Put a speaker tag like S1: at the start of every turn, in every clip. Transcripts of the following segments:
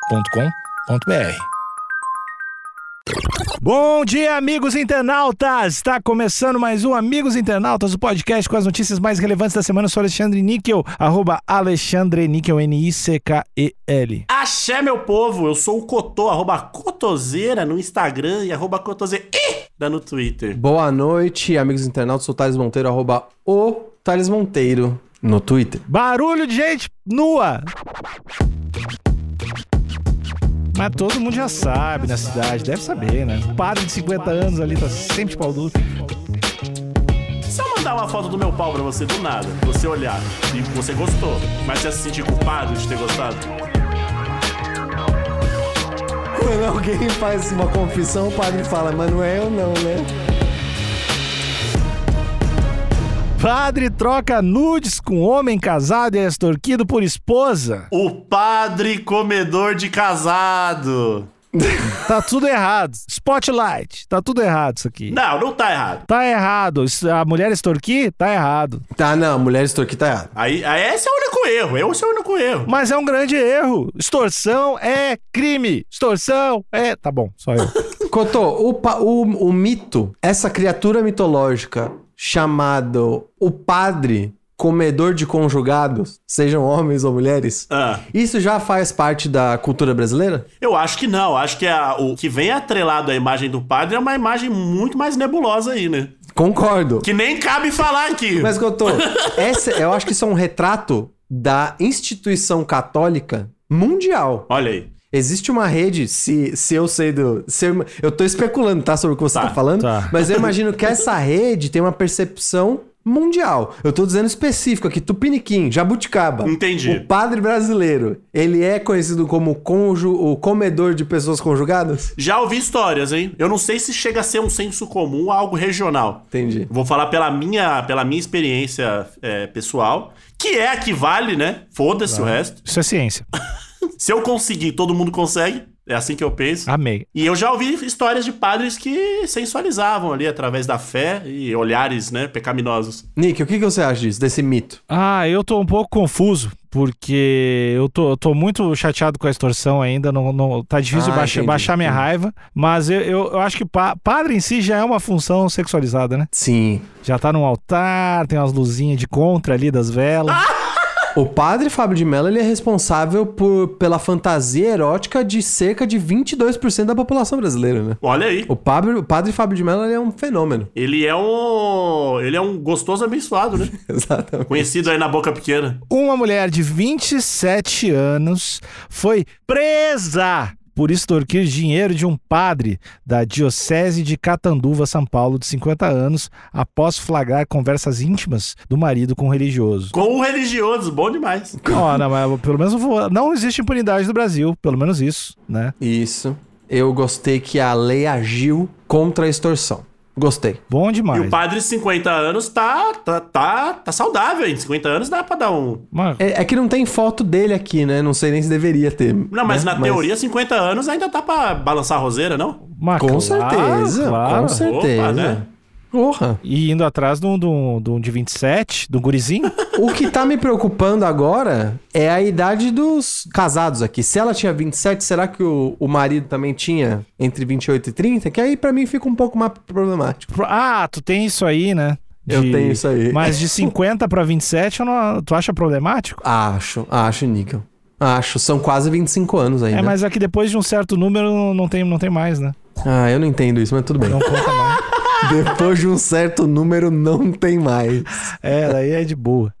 S1: agenciadepodcast.com.br.
S2: Bom dia, amigos internautas! Está começando mais um Amigos Internautas, o podcast com as notícias mais relevantes da semana. Eu sou Alexandre Níquel, arroba Alexandre Níquel, N-I-C-K-E-L.
S3: Axé, meu povo! Eu sou o Cotô, arroba Cotoseira no Instagram e arroba Cotoseira Ih! dá no Twitter.
S4: Boa noite, amigos internautas. Sou o Thales Monteiro, arroba o Thales Monteiro no Twitter.
S2: Barulho de gente nua! Mas todo mundo já sabe na cidade, deve saber, né? O padre de 50 anos ali tá sempre de pau duro.
S3: Se eu mandar uma foto do meu pau pra você do nada, você olhar e você gostou, mas você se sentir culpado de ter gostado,
S4: Quando alguém faz uma confissão, o padre fala, mas não é eu não, né?
S2: Padre troca nudes com homem casado e é extorquido por esposa.
S3: o padre comedor de casado.
S2: Tá tudo errado. Spotlight, tá tudo errado isso aqui.
S3: Não, não tá errado.
S2: Tá errado. Isso- A mulher extorquir, tá errado.
S4: Tá, não, mulher estou aqui, tá errado.
S3: Aí, aí esse é o único erro, eu sou o único erro.
S2: Mas é um grande erro. Extorsão é crime. Extorsão é. Tá bom, só eu.
S4: Cotô, o, pa- o, o mito, essa criatura mitológica chamado o padre comedor de conjugados, sejam homens ou mulheres,
S3: Ah,
S4: isso já faz parte da cultura brasileira?
S3: eu acho que não, acho que a- o que vem atrelado à imagem do padre é uma imagem muito mais nebulosa aí, né?
S4: Concordo.
S3: Que nem cabe falar aqui.
S4: Mas, Cotô, essa, eu acho que isso é um retrato da instituição católica mundial.
S3: Olha aí.
S4: Existe uma rede, se, se eu sei do. se eu, eu tô especulando, tá? Sobre o que você
S3: Tá,
S4: tá, falando.
S2: tá.
S4: Mas eu imagino que essa rede tem uma percepção mundial. Eu tô dizendo específico aqui, Tupiniquim, Jabuticaba.
S3: Entendi.
S4: O padre brasileiro, ele é conhecido como conju, o comedor de pessoas conjugadas?
S3: Já ouvi histórias, hein? Eu não sei se chega a ser um senso comum ou algo regional.
S4: Entendi.
S3: Vou falar pela minha, pela minha experiência é, pessoal, que é a que vale, né? Foda-se o resto.
S2: Isso é ciência.
S3: Se eu conseguir, todo mundo consegue. É assim que eu penso.
S2: Amei.
S3: E eu já ouvi histórias de padres que sensualizavam ali através da fé e olhares, né, pecaminosos.
S4: Nick, o que, que você acha disso, desse mito?
S2: Ah, eu tô um pouco confuso, porque eu tô, eu tô muito chateado com a extorsão ainda. Não, não- tá difícil
S4: Ah,
S2: baixa-
S4: entendi.
S2: baixar minha raiva. Mas eu, eu, eu acho que pa- padre em si já é uma função sexualizada, né?
S4: Sim.
S2: Já tá num altar, tem umas luzinhas de contra ali das velas.
S4: Ah! O padre Fábio de Mello ele é responsável por, pela fantasia erótica de cerca de 22% da população brasileira, né?
S3: Olha aí.
S4: O padre, o padre Fábio de Mello ele é um fenômeno.
S3: Ele é um. Ele é um gostoso abençoado, né?
S4: Exatamente.
S3: Conhecido aí na boca pequena.
S2: Uma mulher de 27 anos foi presa por extorquir dinheiro de um padre da Diocese de Catanduva, São Paulo, de 50 anos, após flagrar conversas íntimas do marido com o religioso.
S3: Com o religioso, bom demais.
S2: Ó, não, mas pelo menos eu vou- não existe impunidade no Brasil, pelo menos isso, né?
S4: Isso. Eu gostei que a lei agiu contra a extorsão. Gostei.
S2: Bom
S3: E o
S2: demais.
S3: padre de 50 anos tá, tá, tá, tá saudável, hein? 50 anos dá pra dar um.
S2: Mas-
S4: É, é que não tem foto dele aqui, né? Não sei nem se deveria ter.
S3: Não, mas
S4: né?
S3: na teoria, 50 anos ainda tá pra balançar a roseira, não?
S2: mas
S4: Com
S2: Ah, claro,
S4: certeza.
S2: claro.
S4: Com certeza.
S3: Opa, né?
S4: Porra.
S2: E indo atrás de um de, um, de um de 27, de um gurizinho.
S4: O que tá me preocupando agora é a idade dos casados aqui. Se ela tinha 27, será que o, o marido também tinha entre 28 e 30? Que aí pra mim fica um pouco mais problemático.
S2: Ah, tu tem isso aí, né?
S4: Eu tenho isso aí.
S2: Mas de 50 pra 27, eu não- tu acha problemático?
S4: Acho, acho, Níquel. Acho. São quase 25 anos ainda.
S2: É, mas é que depois de um certo número não tem, não tem mais, né?
S4: Ah, eu não entendo isso, mas tudo bem.
S2: Não conta mais.
S4: Depois de um certo número, não tem mais.
S2: É, daí é de boa.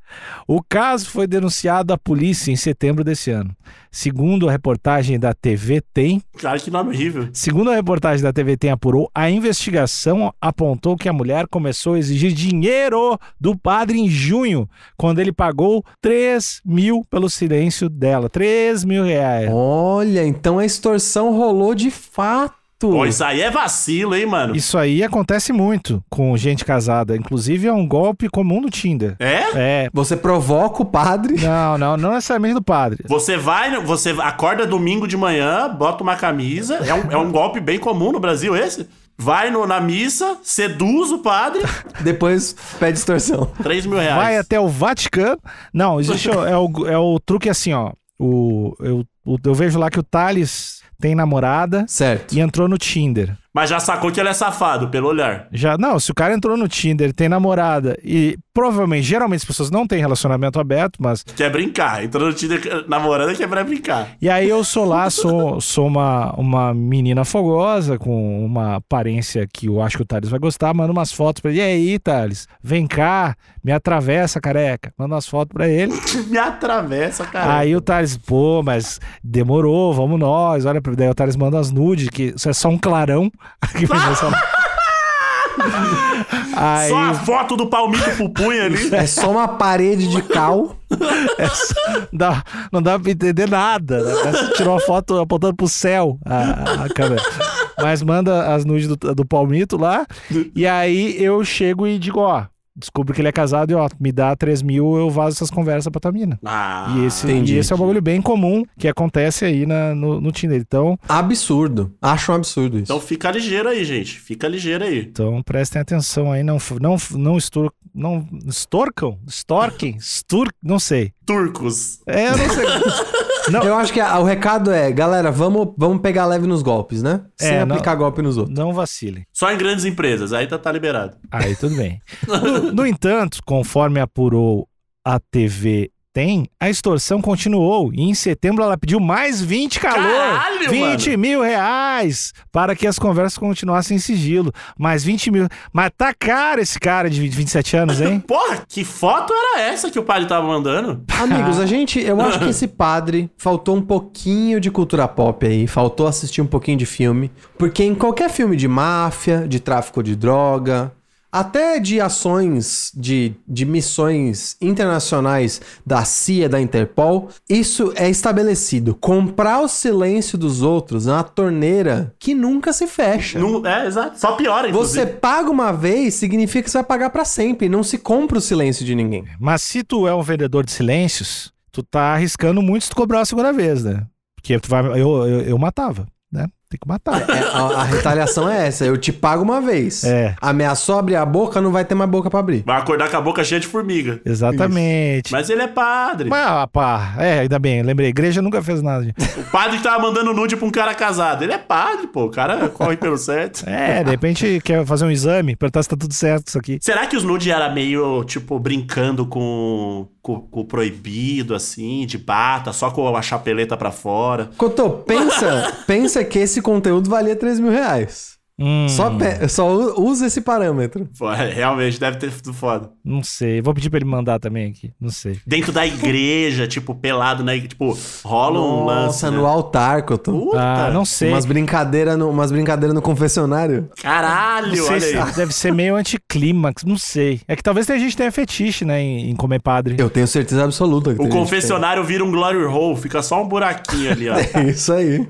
S2: O caso foi denunciado à polícia em setembro desse ano. Segundo a reportagem da TV Tem,
S3: Cara, que nome horrível.
S2: segundo a reportagem da TV Tem apurou, a investigação apontou que a mulher começou a exigir dinheiro do padre em junho, quando ele pagou 3 mil pelo silêncio dela. 3 mil reais.
S4: Olha, então a extorsão rolou de fato.
S3: Pô, isso aí é vacilo, hein, mano?
S2: Isso aí acontece muito com gente casada. Inclusive, é um golpe comum no Tinder.
S3: É?
S2: É.
S4: Você provoca o padre.
S2: Não, não, não necessariamente do padre.
S3: Você vai, você acorda domingo de manhã, bota uma camisa. É um, é um golpe bem comum no Brasil esse. Vai no, na missa, seduz o padre,
S4: Depois pede extorsão.
S3: 3 mil reais.
S2: Vai até o Vaticano. Não, existe. o- é, o, é o truque assim, ó. O, eu, o- eu vejo lá que o Thales tem namorada
S4: Certo.
S2: e entrou no Tinder.
S3: Mas já sacou que ele é safado, pelo olhar.
S2: Já, não, se o cara entrou no Tinder, tem namorada e provavelmente, geralmente as pessoas não têm relacionamento aberto, mas
S3: Quer brincar. Entrou no Tinder namorando quer pra brincar.
S2: E aí eu sou lá, sou, sou uma, uma menina fogosa, com uma aparência que eu acho que o Thales vai gostar, mando umas fotos pra ele. E aí, Thales, vem cá, me atravessa, careca. Manda umas fotos pra ele.
S3: Me atravessa, cara.
S2: Aí o Thales, pô, mas demorou, vamos nós. Olha, pra- daí o Thales manda as nudes, que isso é só um clarão. Que fez essa- aí,
S3: Só a foto do palmito pro punho ali.
S4: É só uma parede de cal.
S2: dá- não dá pra entender nada. Né? Parece que tirou uma foto apontando pro céu a, a câmera. Mas manda as nudes do, do Palmito lá. E aí eu chego e digo, ó, descubro que ele é casado e ó, me dá 3 mil, eu vazo essas conversas pra tua mina.
S3: Ah,
S2: e esse,
S4: entendi.
S2: e esse é um bagulho bem comum que acontece aí na- no, no Tinder. Então,
S4: Absurdo. Acho um absurdo isso.
S3: Então fica ligeiro aí, gente. Fica ligeiro aí.
S2: então prestem atenção aí, não, f- não, f- não, estor, não estorcam? Estorquem? Estur, não sei.
S3: Turcos.
S2: É, eu não sei. Não,
S4: Eu acho que a- o recado é, galera, vamos, vamos pegar leve nos golpes, né?
S2: É,
S4: Sem
S2: não-
S4: aplicar golpe nos outros.
S2: não vacilem.
S3: Só em grandes empresas. Aí tá, tá liberado.
S2: Aí tudo bem. No, no entanto, conforme apurou a TV Tem, a extorsão continuou e em setembro ela pediu mais 20 calor,
S3: Caralho,
S2: 20 mil reais para que as conversas continuassem em sigilo. Mais 20 mil. Mas tá caro esse cara de 20, 27 anos, hein?
S3: Porra, que foto era essa que o padre tava mandando?
S4: Amigos, a gente, eu acho que esse padre faltou um pouquinho de cultura pop aí, faltou assistir um pouquinho de filme, porque em qualquer filme de máfia, de tráfico de droga, até de ações de, de missões internacionais da CIA, da Interpol, isso é estabelecido. Comprar o silêncio dos outros é uma torneira que nunca se fecha.
S3: Não, é, exato. Só piora,
S4: Você
S3: inclusive.
S4: paga uma vez, significa que você vai pagar pra sempre. Não se compra o silêncio de ninguém.
S2: Mas se tu é um vendedor de silêncios, tu tá arriscando muito se tu cobrar a segunda vez, né? Porque tu vai, eu, eu, eu matava, né? Tem que matar.
S4: É, a, a retaliação é essa. Eu te pago uma vez.
S2: É.
S4: Ameaçou abrir a boca, não vai ter mais boca pra abrir.
S3: Vai acordar com a boca cheia de formiga.
S2: Exatamente.
S3: Mas ele é padre.
S2: Mas, pá, é, ainda bem, lembrei, a igreja nunca fez nada. de-
S3: O padre que tava mandando nude pra um cara casado. Ele é padre, pô. O cara corre pelo certo.
S2: É, de repente quer fazer um exame, perguntar se tá tudo certo isso aqui.
S3: Será que os nude era meio, tipo, brincando com, com, com o proibido, assim, de bata, só com a chapeleta pra fora?
S4: Cotô, pensa, pensa que esse conteúdo valia 3 mil reais.
S2: Hum,
S4: Só, pe- só u- usa esse parâmetro.
S3: Pô, é, realmente, deve ter sido foda.
S2: Não sei, vou pedir pra ele mandar também aqui, não sei.
S3: Dentro da igreja, tipo, pelado, né? Tipo, rola um lance.
S4: Nossa,
S3: né?
S4: no altar, Cotô.
S3: Puta,
S2: Ah, não sei.
S4: Umas brincadeiras no, umas brincadeira no confessionário.
S3: caralho,
S2: Não sei
S3: olha
S2: se- é
S3: aí.
S2: deve ser meio anticlímax, não sei. É que talvez a gente tenha fetiche, né, em, em comer padre.
S4: Eu tenho certeza absoluta. que
S3: O
S4: tem gente que
S3: confessionário vira um glory hole, fica só um buraquinho ali, ó.
S4: tem. É isso aí.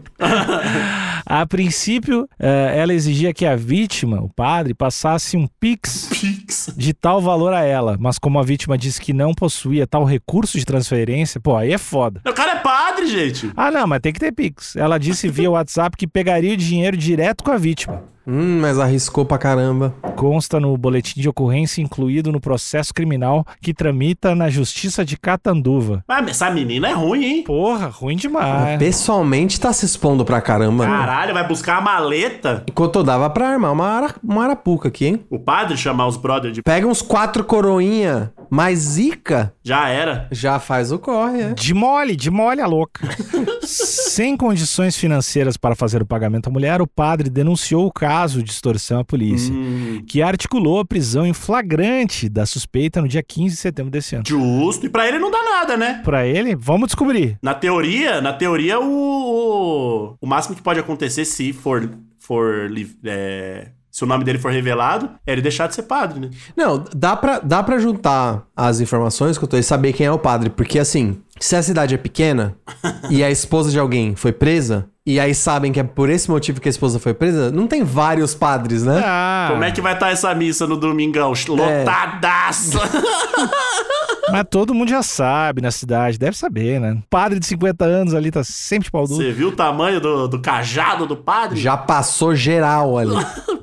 S2: A princípio, eh, ela exigia que a vítima, o padre, passasse um pix
S3: Pix.
S2: de tal valor a ela, mas como a vítima disse que não possuía tal recurso de transferência, pô, aí é foda.
S3: O cara é padre, gente.
S2: Ah, não, mas tem que ter Pix. Ela disse via WhatsApp que pegaria o dinheiro direto com a vítima.
S4: Hum, mas arriscou pra caramba.
S2: Consta no boletim de ocorrência incluído no processo criminal que tramita na Justiça de Catanduva.
S3: Mas essa menina é ruim, hein?
S2: Porra, ruim demais.
S4: Pessoalmente tá se expondo pra caramba. né?
S3: Caralho, vai buscar a maleta?
S4: Cotô, dava pra armar uma, ara- uma arapuca aqui, hein?
S3: O padre chamar os brothers de...
S4: Pega uns quatro coroinha, mais zica,
S3: Já era.
S4: já faz o corre, é.
S2: De mole, de mole a louca. Sem condições financeiras para fazer o pagamento à mulher, o padre denunciou o caso de extorsão à polícia,
S3: Hum,
S2: que articulou a prisão em flagrante da suspeita no dia 15 de setembro desse ano.
S3: justo. E pra ele não dá nada, né?
S2: Pra ele, vamos descobrir.
S3: Na teoria, na teoria, o, o, o máximo que pode acontecer se for... for li- é, se o nome dele for revelado, é ele deixar de ser padre, né?
S4: Não, dá pra, dá pra juntar as informações que eu tô e saber quem é o padre, porque assim, se a cidade é pequena e a esposa de alguém foi presa, e aí sabem que é por esse motivo que a esposa foi presa, não tem vários padres, né?
S2: Ah,
S3: Como é que vai estar essa missa no domingão? Lotadaça!
S2: Mas todo mundo já sabe na cidade, deve saber, né? Padre de 50 anos ali tá sempre de pau duro.
S3: Você viu o tamanho do, do cajado do padre?
S4: Já passou geral ali.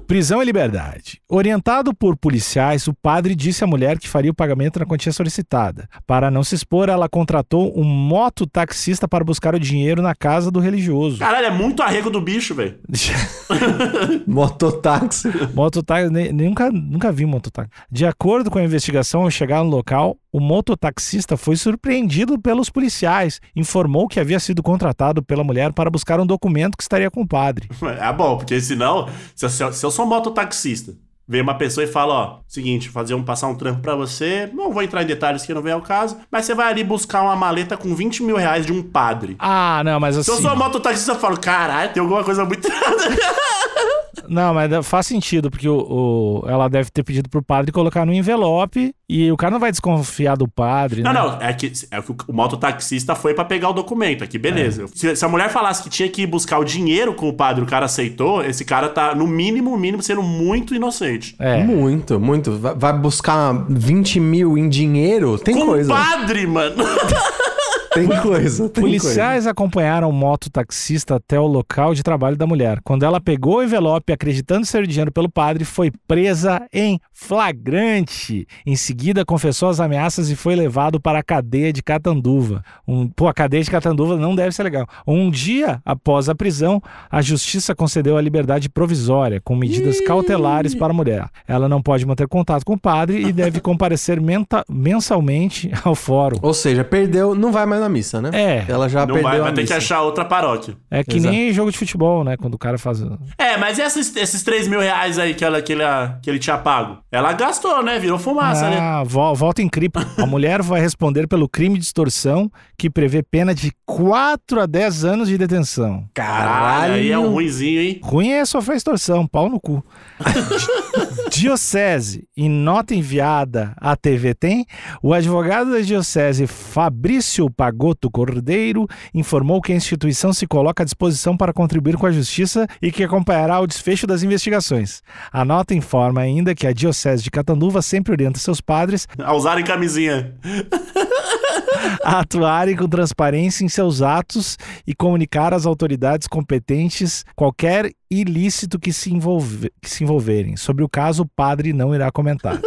S2: Prisão e liberdade. Orientado por policiais, o padre disse à mulher que faria o pagamento na quantia solicitada. Para não se expor, ela contratou um mototaxista para buscar o dinheiro na casa do religioso.
S3: Caralho, é muito arrego do bicho, velho.
S4: Mototáxi.
S2: Mototáxi, nem- nem- nunca, nunca vi um mototáxi. De acordo com a investigação, ao chegar no local, o mototaxista foi surpreendido pelos policiais. Informou que havia sido contratado pela mulher para buscar um documento que estaria com o padre.
S3: É bom, porque senão, se eu, se eu- se eu sou um mototaxista, vem uma pessoa e fala, ó, seguinte, fazer um passar um trampo pra você, não vou entrar em detalhes que não vem ao caso, mas você vai ali buscar uma maleta com 20 mil reais de um padre.
S2: Ah, não, mas
S3: Se
S2: assim.
S3: eu sou mototaxista, eu falo, caralho, tem alguma coisa muito errada.
S2: Não, mas faz sentido, porque o, o- ela deve ter pedido pro padre colocar no envelope e o cara não vai desconfiar do padre.
S3: Não,
S2: né?
S3: não, é que, é que o, o mototaxista foi pra pegar o documento, aqui,
S4: É.
S3: beleza. Se, se a mulher falasse que tinha que ir buscar o dinheiro com o padre, o cara aceitou, esse cara tá, no mínimo, mínimo, sendo muito inocente.
S2: É.
S4: Muito, muito. Vai- Vai buscar 20 mil em dinheiro? Tem
S3: com
S4: coisa. né?
S3: o padre, mano.
S4: Tem coisa. Tem
S2: Policiais acompanharam o mototaxista até o local de trabalho da mulher. Quando ela pegou o envelope, acreditando ser o dinheiro pelo padre, foi presa em flagrante. Em seguida, confessou as ameaças e foi levado para a cadeia de Catanduva. Um- Pô, a cadeia de Catanduva não deve ser legal. Um dia após a prisão, a justiça concedeu a liberdade provisória, com medidas cautelares para a mulher. Ela não pode manter contato com o padre e deve comparecer menta- mensalmente ao fórum.
S4: Ou seja, perdeu, não vai mais na missa, né?
S2: É.
S4: Ela já
S3: Não
S4: perdeu
S3: vai,
S4: a
S3: vai ter
S4: missa.
S3: que achar outra paróquia.
S2: É que
S4: Exato.
S2: nem jogo de futebol, né? Quando o cara faz.
S3: É, mas e esses, esses 3 mil reais aí que, ela, que, ele, que ele tinha pago? Ela gastou, né? Virou fumaça, né?
S2: ah, vo- volta em cripto. A mulher vai responder pelo crime de extorsão, que prevê pena de 4 a 10 anos de detenção.
S3: Caralho, aí é um ruizinho, hein?
S2: Ruim é sofrer extorsão, pau no cu. Diocese, em nota enviada à TV Tem, o advogado da Diocese, Fabrício Pagotto Cordeiro, informou que a instituição se coloca à disposição para contribuir com a justiça e que acompanhará o desfecho das investigações. A nota informa ainda que a Diocese de Catanduva sempre orienta seus padres
S3: A usarem camisinha.
S2: a atuarem com transparência em seus atos e comunicar às autoridades competentes qualquer ilícito que se, envolve- que se envolverem. Sobre o caso, o padre não irá comentar.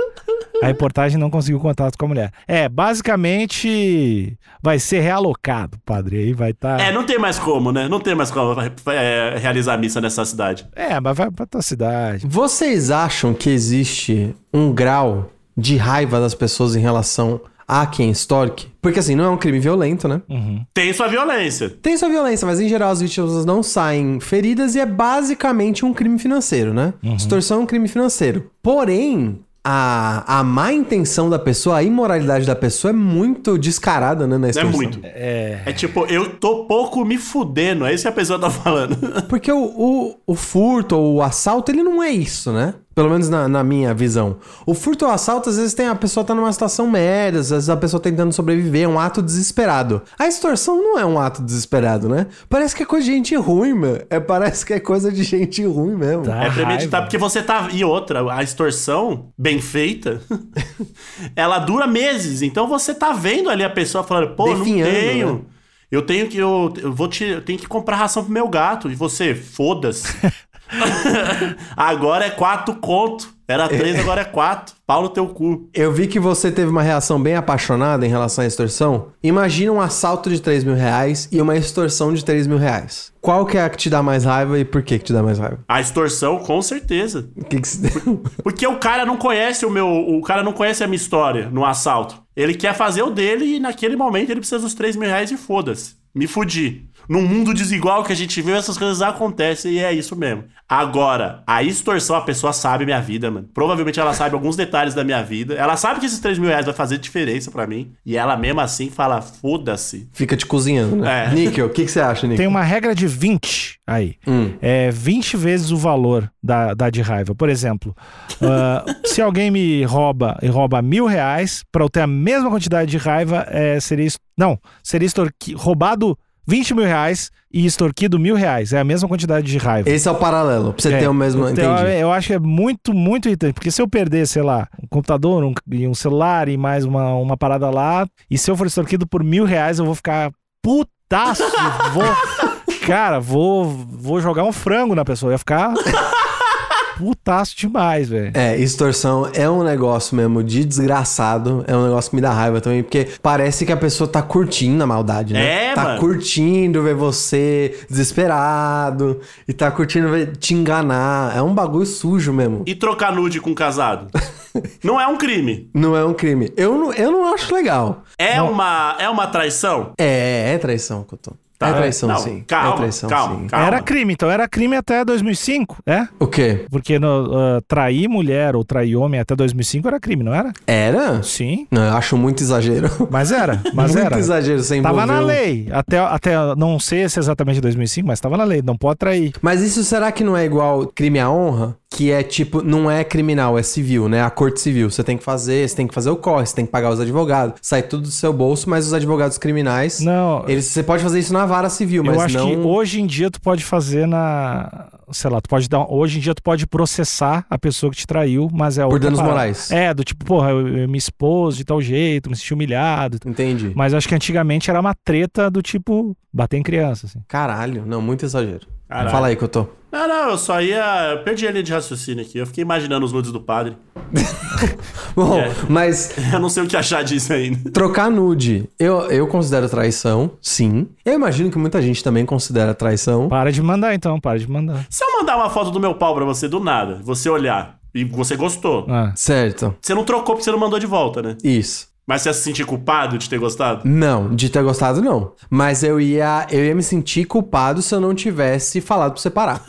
S2: A reportagem não conseguiu contato com a mulher. É, basicamente vai ser realocado, padre. Aí vai tá- estar.
S3: É, não tem mais como, né? Não tem mais como é, realizar missa nessa cidade.
S2: É, mas vai pra tua cidade.
S4: Vocês acham que existe um grau de raiva das pessoas em relação a quem extorque? Porque assim, não é um crime violento, né?
S3: Hum.
S2: Uhum.
S3: Tem sua violência.
S4: Tem sua violência, mas em geral as vítimas não saem feridas e é basicamente um crime financeiro, né?
S3: Uhum.
S4: Extorsão é um crime financeiro. Porém, a, a má intenção da pessoa, a imoralidade da pessoa é muito descarada, né? Na
S3: É
S4: extorsão.
S3: muito. É. tipo, eu tô pouco me fudendo. É isso que a pessoa tá falando.
S4: Porque o, o, o furto ou o assalto, ele não é isso, né? Pelo menos na, na minha visão. O furto ou assalto, às vezes tem a pessoa tá numa situação merda, às vezes a pessoa tentando sobreviver, é um ato desesperado. A extorsão não é um ato desesperado, né? Parece que é coisa de gente ruim, meu. É, parece que é coisa de gente ruim mesmo.
S2: Tá.
S3: É
S2: A
S3: premeditar,
S2: raiva.
S3: porque você tá. E outra, a extorsão, bem feita, ela dura meses. Então você tá vendo ali a pessoa falando, pô,
S4: Definhando,
S3: não tenho.
S4: né?
S3: Eu tenho que. Eu, eu vou te. Eu tenho que comprar ração pro meu gato. E você, foda-se. agora é quatro conto. Era três, agora é quatro. Pau no teu cu.
S4: Eu vi que você teve uma reação bem apaixonada em relação à extorsão. Imagina um assalto de 3 mil reais e uma extorsão de 3 mil reais. Qual que é a que te dá mais raiva e por que que te dá mais raiva?
S3: A extorsão, com certeza.
S4: O que que se deu?
S3: Porque o cara não conhece o meu. O cara não conhece a minha história no assalto. Ele quer fazer o dele e naquele momento ele precisa dos 3 mil reais e foda-se. Me fudi. Num mundo desigual que a gente vive, essas coisas acontecem e é isso mesmo. Agora, a extorsão, a pessoa sabe minha vida, mano. Provavelmente ela sabe alguns detalhes da minha vida. Ela sabe que esses 3 mil reais vai fazer diferença pra mim. E ela mesmo assim fala, foda-se.
S4: Fica te cozinhando, né?
S3: É.
S4: Níquel, o que, que você acha, Níquel?
S2: Tem uma regra de 20 aí. É 20 vezes o valor da, da de raiva. Por exemplo, ah, se alguém me rouba e rouba mil reais, para eu ter a mesma quantidade de raiva, é, seria. es- Não, seria extorqui, roubado 20 mil reais e extorquido mil reais. É a mesma quantidade de raiva.
S4: Esse é o paralelo, pra você
S2: É,
S4: ter o mesmo.
S2: então,
S4: entendi.
S2: eu, eu acho que é muito, muito irritante. Porque se eu perder, sei lá, um computador um, e um celular e mais uma, uma parada lá, e se eu for extorquido por mil reais, eu vou ficar putaço. vou, cara, vou, vou jogar um frango na pessoa. Eu ia ficar putaço demais, velho.
S4: É, extorsão é um negócio mesmo de desgraçado. É um negócio que me dá raiva também, porque parece que a pessoa tá curtindo a maldade, né?
S3: É,
S4: tá
S3: mano.
S4: curtindo ver você desesperado e tá curtindo ver te enganar. É um bagulho sujo mesmo.
S3: E trocar nude com um casado? não é um crime.
S4: Não é um crime. Eu não, eu não acho legal.
S3: É uma, é uma traição?
S4: É, é traição, Couto. é traição,
S3: Tá, Não,
S4: sim.
S3: Calma,
S4: é traição,
S3: calma,
S4: sim.
S3: calma.
S2: Era crime, então era crime até 2005, é?
S4: O quê?
S2: Porque no, ah, trair mulher ou trair homem até 2005 era crime, não era?
S4: Era?
S2: Sim.
S4: Não, eu acho muito exagero.
S2: Mas era, mas
S4: muito
S2: era.
S4: exagero sem
S2: Tava
S4: envolver
S2: na
S4: um-
S2: lei, até, até não sei se é exatamente 2005, mas tava na lei, não pode trair.
S4: Mas isso será que não é igual crime à honra? Que é tipo, não é criminal, é civil, né? A corte civil. Você tem que fazer, você tem que fazer o corre, você tem que pagar os advogados. Sai tudo do seu bolso, mas os advogados criminais.
S2: Não,
S4: Eles, você pode fazer isso na vara civil, mas
S2: eu acho
S4: não.
S2: que hoje em dia tu pode fazer na, sei lá, tu pode dar, um, hoje em dia tu pode processar a pessoa que te traiu, mas é
S4: Por
S2: outra
S4: danos
S2: parada.
S4: morais.
S2: É, do tipo, porra, eu, eu me expôs de tal jeito, me senti humilhado.
S4: Entendi.
S2: Mas acho que antigamente era uma treta do tipo bater em criança, assim.
S4: Caralho, não, muito exagero.
S3: Caralho.
S4: Fala aí que eu tô.
S3: Não, não, eu só ia. Eu perdi a linha de raciocínio aqui. Eu fiquei imaginando os nudes do padre.
S4: Bom,
S3: É.
S4: mas
S3: Eu não sei o que achar disso ainda.
S4: Trocar nude, eu, eu considero traição, sim. Eu imagino que muita gente também considera traição.
S2: Para de mandar então, para de mandar.
S3: Se eu mandar uma foto do meu pau pra você do nada, você olhar e você gostou.
S2: Ah.
S4: Certo.
S3: Você não trocou porque você não mandou de volta, né?
S4: Isso.
S3: Mas você ia se sentir culpado de ter gostado?
S4: Não, de ter gostado, não. Mas eu ia, eu ia me sentir culpado se eu não tivesse falado pra você parar.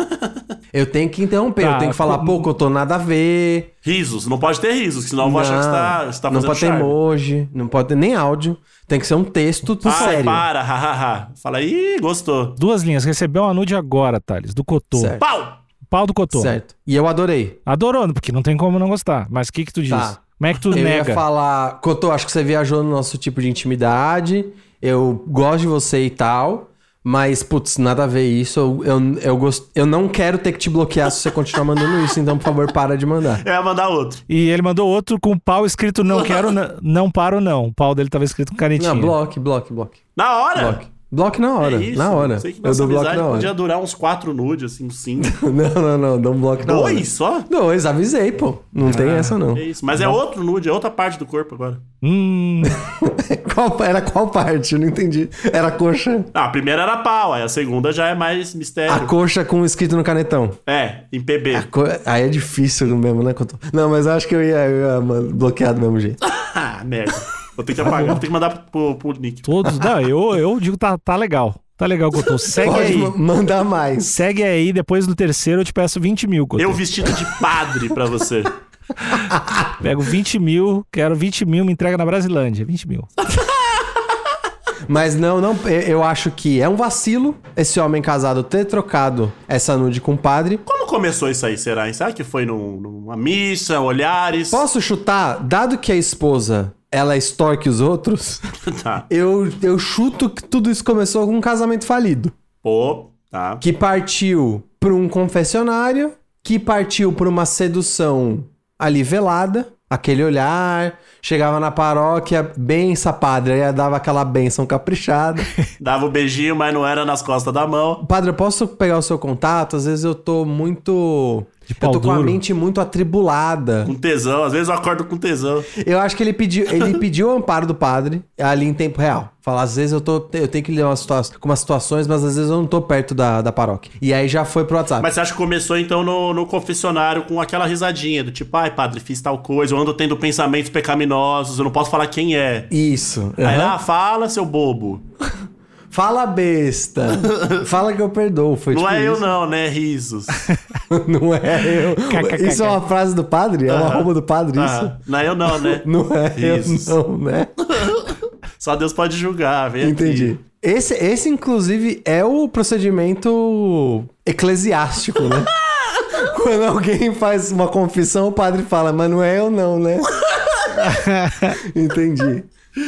S4: eu tenho que interromper, eu
S2: Tá,
S4: tenho que falar,
S2: com-
S4: pô, que eu tô nada a ver.
S3: Risos. Não pode ter risos, senão eu vou achar que você tá, você tá
S4: não
S3: fazendo
S4: pode ter
S3: charme.
S4: emoji, não pode ter nem áudio. Tem que ser um texto tudo
S3: Ai,
S4: sério.
S3: para, hahaha. Fala, ih, gostou.
S2: Duas linhas, recebeu uma nude agora, Thales, do Cotô.
S4: Certo.
S3: Pau!
S2: Pau do Cotô.
S4: Certo. E eu adorei.
S2: Adorando, porque não tem como não gostar. Mas o que que tu diz?
S4: Tá.
S2: Como é que tu
S4: eu
S2: nega?
S4: ia falar, Cotô, acho que você viajou no nosso tipo de intimidade. Eu gosto de você e tal. Mas, putz, nada a ver isso. Eu, eu, eu, gost... eu não quero ter que te bloquear se você continuar mandando isso. Então, por favor, para de mandar.
S3: Eu ia mandar outro.
S2: E ele mandou outro com pau escrito não quero, na- não paro não. O pau dele tava escrito com canetinha.
S4: Não, bloque, bloque, bloque.
S3: Na hora!
S4: Bloque. Bloque na hora.
S3: É isso.
S4: na hora.
S3: Sei que
S4: eu
S3: nossa
S4: dou bloco
S3: amizade
S4: na
S3: podia
S4: hora.
S3: durar uns quatro nudes, assim, uns cinco.
S4: Não, não, não. Dou um bloco na hora.
S3: Dois só?
S4: Dois, avisei, pô. Não tem essa, não.
S3: É isso. Mas é outro nude, é outra parte do corpo agora.
S2: Hum,
S4: Qual- era qual parte? Eu não entendi. Era a coxa.
S3: Ah, a primeira era pau, aí a segunda já é mais
S4: A
S3: mistério.
S4: coxa com escrito no canetão.
S3: É, em PB.
S4: A co- Aí é difícil mesmo, né? Cotô? Não, mas eu acho que eu ia, eu ia mano, bloquear do mesmo jeito.
S3: Ah, merda. Vou ter que apagar, vou ter que mandar pro, pro Nick.
S2: todos. Não, eu, eu digo tá, tá legal. Tá legal, Cotô. Segue
S4: Pode
S2: aí.
S4: ma- mandar mais.
S2: Segue aí, depois do terceiro eu te peço 20 mil, Cotô.
S3: Eu vestido de padre pra você.
S2: Pego 20 mil, quero 20 mil, me entrega na Brasilândia. 20 mil.
S4: Mas não, não, eu- eu acho que é um vacilo esse homem casado ter trocado essa nude com o padre.
S3: Como começou isso aí, será? hein? Será que foi num- numa missa, olhares?
S4: Posso chutar, dado que a esposa ela estorque os outros,
S3: Tá.
S4: eu, eu chuto que tudo isso começou com um casamento falido.
S3: Pô, tá.
S4: Que partiu para um confessionário, que partiu para uma sedução ali velada, aquele olhar, chegava na paróquia, bença padre, aí dava aquela benção caprichada.
S3: Dava o beijinho, mas não era nas costas da mão.
S4: padre, eu posso pegar o seu contato? Às vezes eu tô muito...
S2: De
S4: Eu
S2: pau
S4: tô com a
S2: duro.
S4: mente muito atribulada.
S3: Com tesão. Às vezes eu acordo com tesão.
S4: Eu acho que ele pediu, ele pediu o amparo do padre ali em tempo real. Falar, às vezes eu, tô, eu tenho que lidar uma situa- com umas situações, mas às vezes eu não tô perto da, da paróquia. E aí já foi pro WhatsApp.
S3: Mas você acha que começou então no, no confessionário com aquela risadinha do tipo, ai padre, fiz tal coisa, eu ando tendo pensamentos pecaminosos, eu não posso falar quem é.
S4: Isso.
S3: Aí
S4: aham.
S3: lá, fala, seu bobo.
S4: Fala besta. Fala que eu perdoo. Foi
S3: Não
S4: tipo
S3: é eu
S4: isso.
S3: não, né? Risos.
S4: não é eu. isso é uma frase do padre? É uma roupa do padre, isso?
S3: Ah, não é eu não, né?
S4: Não é
S3: Isso.
S4: eu não, né?
S3: Só Deus pode julgar, vem aqui.
S4: Entendi. Esse, esse, inclusive, é o procedimento eclesiástico, né? Quando alguém faz uma confissão, o padre fala, mas não é eu não, né? Entendi.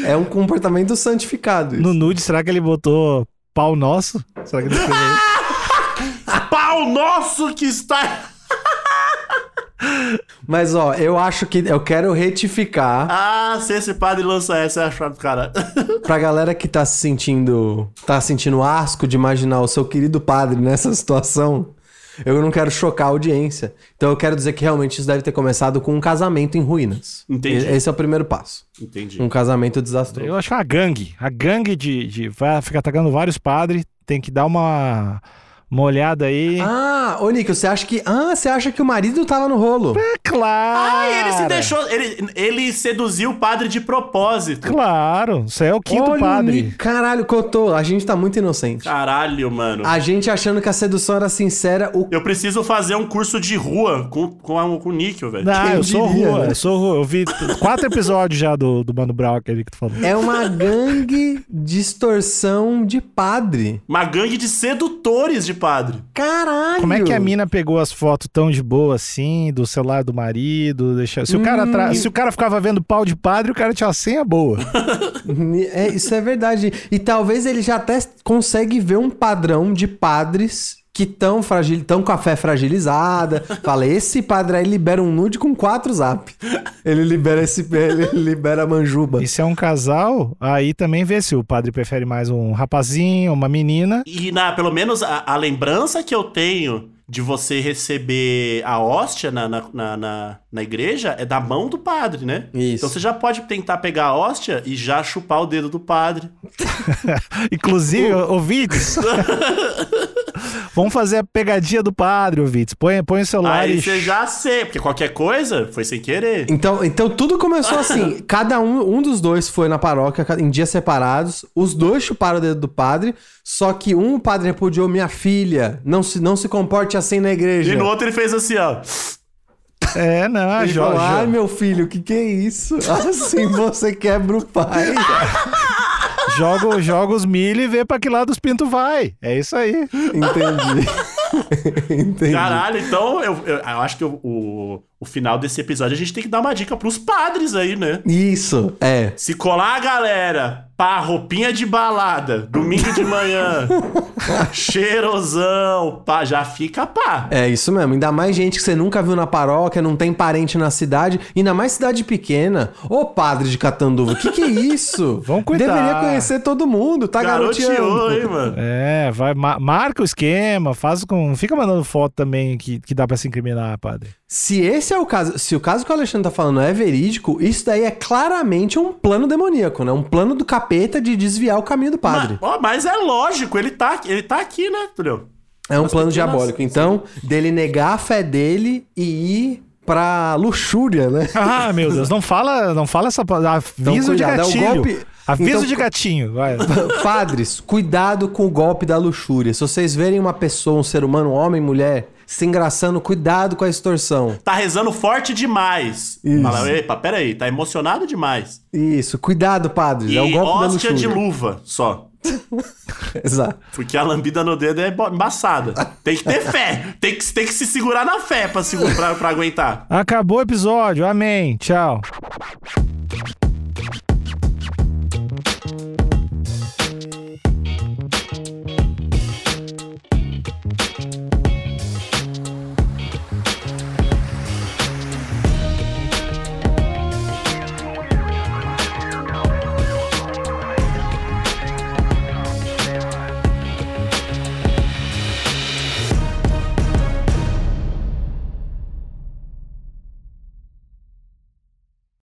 S4: É um comportamento santificado. isso.
S2: No nude, será que ele botou pau nosso? Será que ele escreveu isso?
S3: Pau nosso que está.
S4: Mas, ó, eu acho que eu quero retificar
S3: Ah, se esse padre lança essa, é a chave do cara.
S4: pra galera que tá se sentindo, tá sentindo asco de imaginar o seu querido padre nessa situação. Eu não quero chocar a audiência. Então eu quero dizer que realmente isso deve ter começado com um casamento em ruínas.
S3: Entendi.
S4: E- Esse é o primeiro passo.
S3: Entendi.
S4: Um casamento desastroso.
S2: Eu acho que é uma gangue. A gangue de, de. Vai ficar atacando vários padres. Tem que dar uma, uma olhada aí.
S4: Ah, ô Nico, você acha que. Ah, você acha que o marido tava no rolo?
S2: É claro!
S3: Ah, ele se deixou. Ele, ele seduziu o padre de propósito.
S2: Claro, isso aí é o quinto
S4: Olha o
S2: padre.
S4: Nico- Caralho, Cotô, a gente tá muito inocente.
S3: Caralho, mano.
S4: A gente achando que a sedução era sincera, o
S3: Eu preciso fazer um curso de rua com, com, a- com o níquel, velho.
S2: Não,
S4: Quem
S2: eu sou
S4: diria,
S2: rua,
S4: né?
S2: eu sou rua. Eu vi t- quatro episódios já do, do Mano Brown, aquele que tu falou.
S4: é uma gangue de extorsão de padre.
S3: Uma gangue de sedutores de padre.
S4: Caralho!
S2: Como é que a mina pegou as fotos tão de boa assim, do celular do marido? Deixa... Se, o cara tra-
S3: Hum.
S2: Se o cara ficava vendo pau de padre, o cara tinha uma senha boa.
S4: É, isso é verdade. E talvez ele já até consegue ver um padrão de padres que estão fragil... tão com a fé fragilizada. Fala, esse padre aí libera um nude com quatro zap. Ele libera esse... Ele libera a manjuba.
S2: E se é um casal, aí também vê se o padre prefere mais um rapazinho, uma menina.
S3: E na, pelo menos a, a lembrança que eu tenho de você receber a hóstia na, na, na, na- na igreja é da mão do padre, né?
S4: Isso.
S3: Então você já pode tentar pegar a hóstia e já chupar o dedo do padre.
S2: Inclusive,
S3: Uh.
S2: ouvintes. Vamos fazer a pegadinha do padre, ouvintes. Põe, põe o celular
S3: Aí
S2: e
S3: você já sei, porque qualquer coisa foi sem querer.
S4: Então, então tudo começou assim. Cada um, um dos dois foi na paróquia ca- em dias separados. Os dois chuparam o dedo do padre. Só que um o padre repudiou minha filha. Não se, não se comporte assim na igreja.
S3: E no outro ele fez assim, ó.
S2: É, não,
S4: Ele falou, ai
S2: Jorge.
S4: meu filho, o que, que é isso? Assim você quebra o pai.
S2: Joga, joga os milho e vê pra que lado os pintos vai. É isso aí.
S4: Entendi. Entendi.
S3: Caralho, então eu, eu, eu acho que o, o, o final desse episódio a gente tem que dar uma dica pros padres aí, né?
S4: Isso, é.
S3: Se colar a galera, pá, roupinha de balada, domingo de manhã, cheirosão, pá, já fica pá.
S4: É isso mesmo. Ainda mais gente que você nunca viu na paróquia, não tem parente na cidade. Ainda mais cidade pequena. Ô padre de Catanduva, o que, que é isso?
S2: Vamos cuidar.
S4: Deveria conhecer todo mundo, tá
S3: Garoteou,
S4: garoteando.
S3: hein, mano?
S2: É, vai, ma- marca o esquema, faz com. não Fica mandando foto também que, que dá pra se incriminar, padre.
S4: Se esse é o caso, se o caso que o Alexandre tá falando é verídico, isso daí é claramente um plano demoníaco, né? Um plano do capeta de desviar o caminho do padre.
S3: Mas, ó, mas é lógico, ele tá, ele tá aqui, né, Tulio?
S4: É um plano
S3: pequenas-
S4: diabólico. Então, dele negar a fé dele e ir pra luxúria, né?
S2: Ah, meu Deus, não fala, não fala essa palavra. Aviso de
S4: cuidado, é o
S2: gatinho.
S4: golpe-
S2: Aviso
S4: Então,
S2: de gatinho, vai.
S4: Padres, cuidado com o golpe da luxúria. Se vocês verem uma pessoa, um ser humano, um homem, mulher, se engraçando, cuidado com a extorsão.
S3: Tá rezando forte demais.
S4: Isso.
S3: Fala, epa, peraí, tá emocionado demais.
S4: Isso, cuidado, padres.
S3: E
S4: é o golpe da
S3: hóstia
S4: luxúria.
S3: de luva, só.
S4: Exato.
S3: Porque a lambida no dedo é bo- embaçada. Tem que ter fé. Tem que, tem que se segurar na fé pra, se, pra, pra aguentar.
S2: Acabou o episódio, amém, tchau.